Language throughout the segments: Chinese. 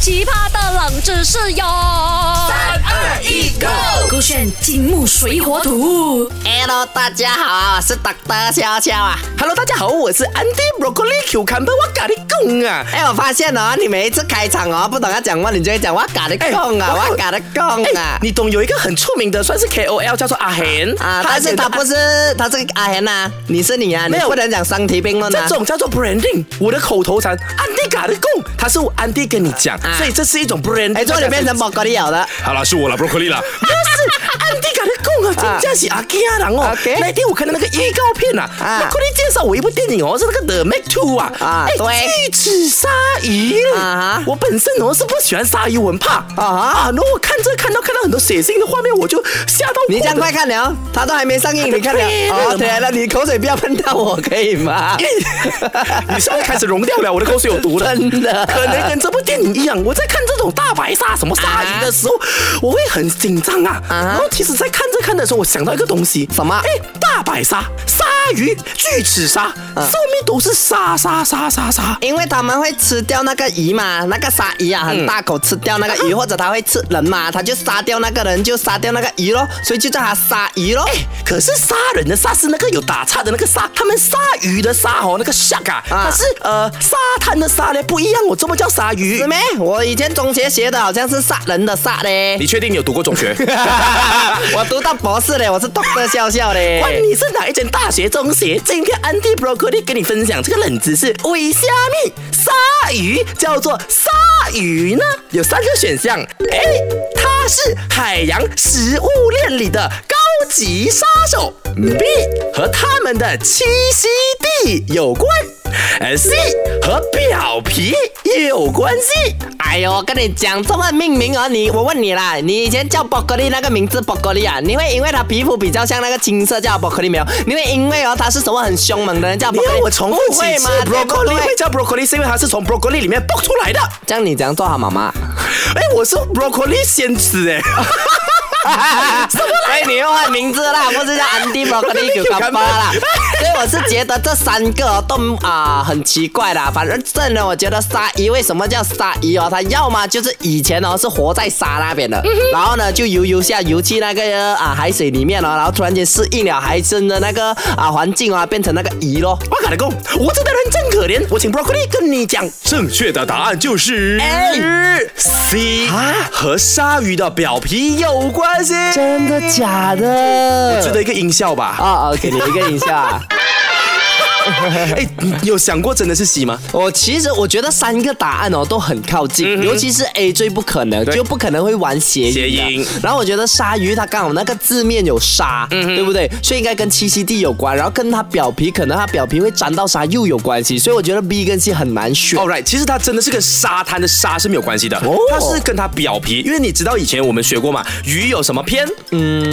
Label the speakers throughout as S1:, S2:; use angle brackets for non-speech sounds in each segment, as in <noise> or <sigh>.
S1: 奇葩的冷知识哟！三
S2: 二一，Go！
S1: 勾选金木水火土。
S2: Hello，大家好啊，我是 Dr. 悄悄啊。
S3: Hello，大家好，我是 Andy Broccoli Cucumber 我咖喱贡啊。
S2: 哎，我发现哦，你每一次开场哦，不懂要讲话，你就会讲哇嘎的
S3: 哎
S2: 贡啊，哇嘎的贡啊。
S3: 你懂有一个很出名的，算是 KOL 叫做阿贤
S2: 啊，但是他不是，他是阿贤呐，你是你啊，你
S3: 没有
S2: 不能讲相提并论
S3: 这
S2: 啊。
S3: 种叫做 branding。我的口头禅，Andy 咖喱贡，他是我 Andy 跟你讲，所以这是一种 branding。
S2: 啊哎，最后你变成宝格丽咬了。
S4: 好了，是我了，broccoli 了。
S3: 就是安迪跟你讲啊，真正是阿基亚人哦
S2: OK。
S3: 那天我看到那个预告片啊，
S2: 啊
S3: 那快点介绍我一部电影哦，是那个《The Meg Two》啊，
S2: 啊
S3: 哎巨
S2: 对
S3: 齿鲨鱼
S2: 啊哈。
S3: 我本身哦是不喜欢鲨鱼，我很怕啊
S2: 哈
S3: 然后我看这看到看到很多血腥的画面，我就吓到。
S2: 你这样快。看了，他都还没
S3: 哎
S2: 上映，你看了。哦，对了，你口水不要喷到我，可以
S3: <laughs>
S2: 吗？
S3: 哎你现在开始融掉了，我的口水有毒的，
S2: 真的
S3: 可能跟这部电影一样，我在看这种大白鲨、什么鲨鱼的时候，我会很紧张啊。然后其实，在看着看的时候，我想到一个东西，
S2: 什么啊
S3: 哎，大白鲨、鲨鱼、巨齿鲨，上面都是鲨鲨鲨鲨鲨。
S2: 因为他们会吃掉那个鱼嘛，那个鲨
S3: 嗯
S2: 鱼啊，很大口吃掉那个
S3: 啊
S2: 鱼，或者他会吃人嘛，他就杀掉那个人，就杀掉那个鱼咯，所以就叫他鲨鱼咯。
S3: 哎可是杀人的杀是那个有打岔的那个鲨，他们鲨鱼的鲨哦，那个 shark 啊，
S2: 啊
S3: 它是呃沙滩的沙嘞，不一样，我哦这么叫鲨鱼
S2: 是。没？我以前中学学的好像是杀人的杀嘞
S4: 你，确定你有读过中
S2: <laughs>
S4: 学？
S2: 我读到博士嘞，我是 Doctor 笑笑
S3: <laughs>
S2: 嘞。
S3: 管你是哪一间大学、中学，今天 Andy Broccoli 跟你分享这个冷知识：尾虾米鲨鱼叫做鲨鱼呢？有三个选项：A，它是海洋食物链里的高级杀手；B，和它们的栖息地有关。而 C 和表皮有关系，
S2: 哎呦，我跟你讲，这么命名啊，你我问你啦，你以前叫宝格丽那个名字宝格丽啊，你会因为他皮肤比较像那个金色叫宝格丽没有？你会因为哦他是什么很凶猛的人叫
S3: 你
S2: 宝格
S3: 要
S2: 丽？
S3: 我重复
S2: 不
S3: 几
S2: 会
S3: 次
S2: 吗对
S3: broccoli
S2: 不
S3: 会
S2: 对
S3: 叫 broccoli 是因为它是从 broccoli 里面爆出来的。
S2: 这样你怎样做好
S3: <laughs>
S2: 妈妈？
S3: 哎，我是 broccoli 先吃哎。
S2: 所以哎你哦又换名字 <laughs> 啦，不是叫 Andy Broccoli 九干巴啦。所以我是觉得这三个哦都啊、很奇怪啦。反正这呢，我觉得鲨鱼为什么叫鲨鱼哦？它要么就是以前哦是活在沙那边的，然后呢就游游下游去那个啊海水里面哦，然后突然间适应了海参的那个啊环境啊，变成那个鱼咯。
S3: 我跟你讲，我这个人真可怜。我请 broccoli 跟你讲
S4: 正确的答案就是。
S3: ，C
S2: 啊
S3: 和鲨鱼的表皮有关系。
S2: 真的假的？
S3: 值得一个音效吧？
S2: 啊、哦，给你一个影像啊。
S3: 哎，你你有想过真的是 C 吗？
S2: 我哦其实我觉得三个答案哦都很靠
S4: 嗯
S2: 近，尤其是 A 最不可能，就不可能会玩谐音的。啊
S3: 谐音
S2: 然后我觉得鲨鱼它刚好那个字面有鲨，
S4: 嗯
S2: 对不对？所以应该跟栖息地有关，然后跟它表皮可能它表皮会沾到沙又有关系，所以我觉得 B 跟 C 很难选。
S4: All right，其实它真的是跟沙滩的沙是没有关系的，
S2: 哦
S4: 它是跟它表皮，因为你知道以前我们学过嘛，鱼有什么片
S2: 嗯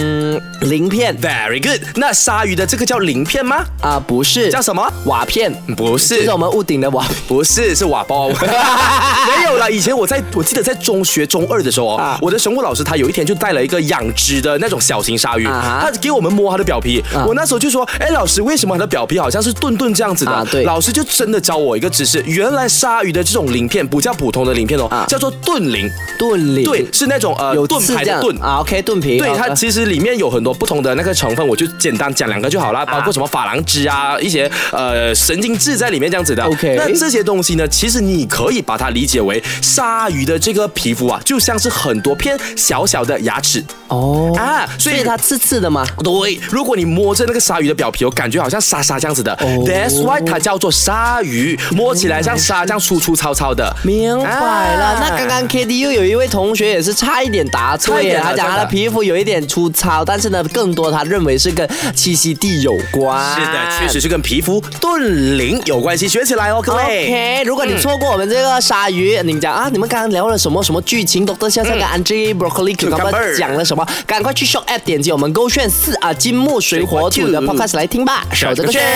S2: 鳞片
S4: ？Very good。那鲨鱼的这个叫鳞片吗？
S2: 啊、不是
S4: 叫什么？
S2: 瓦片，
S4: 不是
S2: 就是，我们屋顶的瓦片。
S4: 不是，是瓦
S2: <laughs>
S4: 包。没有啦，以前我在我记得在中学中二的时候哦，
S2: 啊
S4: 我的生物老师他有一天就带了一个养殖的那种小型鲨鱼，
S2: 啊哈啊
S4: 他给我们摸它的表皮，我那时候就说，哎，老师为什么它的表皮好像是钝钝这样子的？
S2: 啊对
S4: 老师就真的教我一个知识，原来鲨鱼的这种鳞片不叫普通的鳞片哦，
S2: 啊
S4: 叫做盾鳞，
S2: 盾鳞，
S4: 对，是那种呃
S2: 有
S4: 盾
S2: 刺
S4: 牌
S2: 这
S4: 的
S2: 样
S4: 盾。
S2: 啊，OK，盾皮。
S4: 对
S2: 好
S4: 它
S2: 的
S4: 其实里面有很多不同的那个成分，我就简单讲两个就好
S2: 啊
S4: 啦，包括什么珐琅质啊，一些呃神经质在里面这样子的。
S2: OK
S4: 那这些东西呢，其实你可以把它理解为鲨鱼的这个皮肤啊，就像是很多片小小的牙齿
S2: 哦，
S4: 啊，所
S2: 所以
S4: 以
S2: 它
S4: 它。
S2: 刺刺的嘛。
S4: 对，如果你摸着那个鲨鱼的表皮，我感觉好像沙沙这样子的、t
S2: 哦
S4: h a t s why 它叫做鲨鱼，摸起来像沙这样粗粗糙糙的。
S2: 明白了，
S4: 啊
S2: 那刚刚 K D U 有一位同学也是差一点答
S4: 差一
S2: 对
S4: 点
S2: 了，
S4: 啊
S2: 他讲他
S4: 真
S2: 的
S4: 的
S2: 皮肤有一点粗糙，但是呢，更多他认为是跟栖息地有关。
S4: 是的，确实。是跟皮肤钝鳞有关系，学起来哦，各位。
S2: OK，如果你错过我们这个鲨鱼，你们讲啊，你们刚刚聊了什么什么剧情？都都像跟 Andre Broccoli 刚
S4: 嗯 Cucumber
S2: 刚讲了什么？赶快去 Shop App 点击我们勾选四啊金木水火土的 Podcast 来听吧，守着个圈。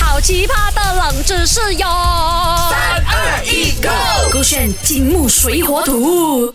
S1: 好奇葩的冷知识哟！三二一，Go！勾选金木水火土。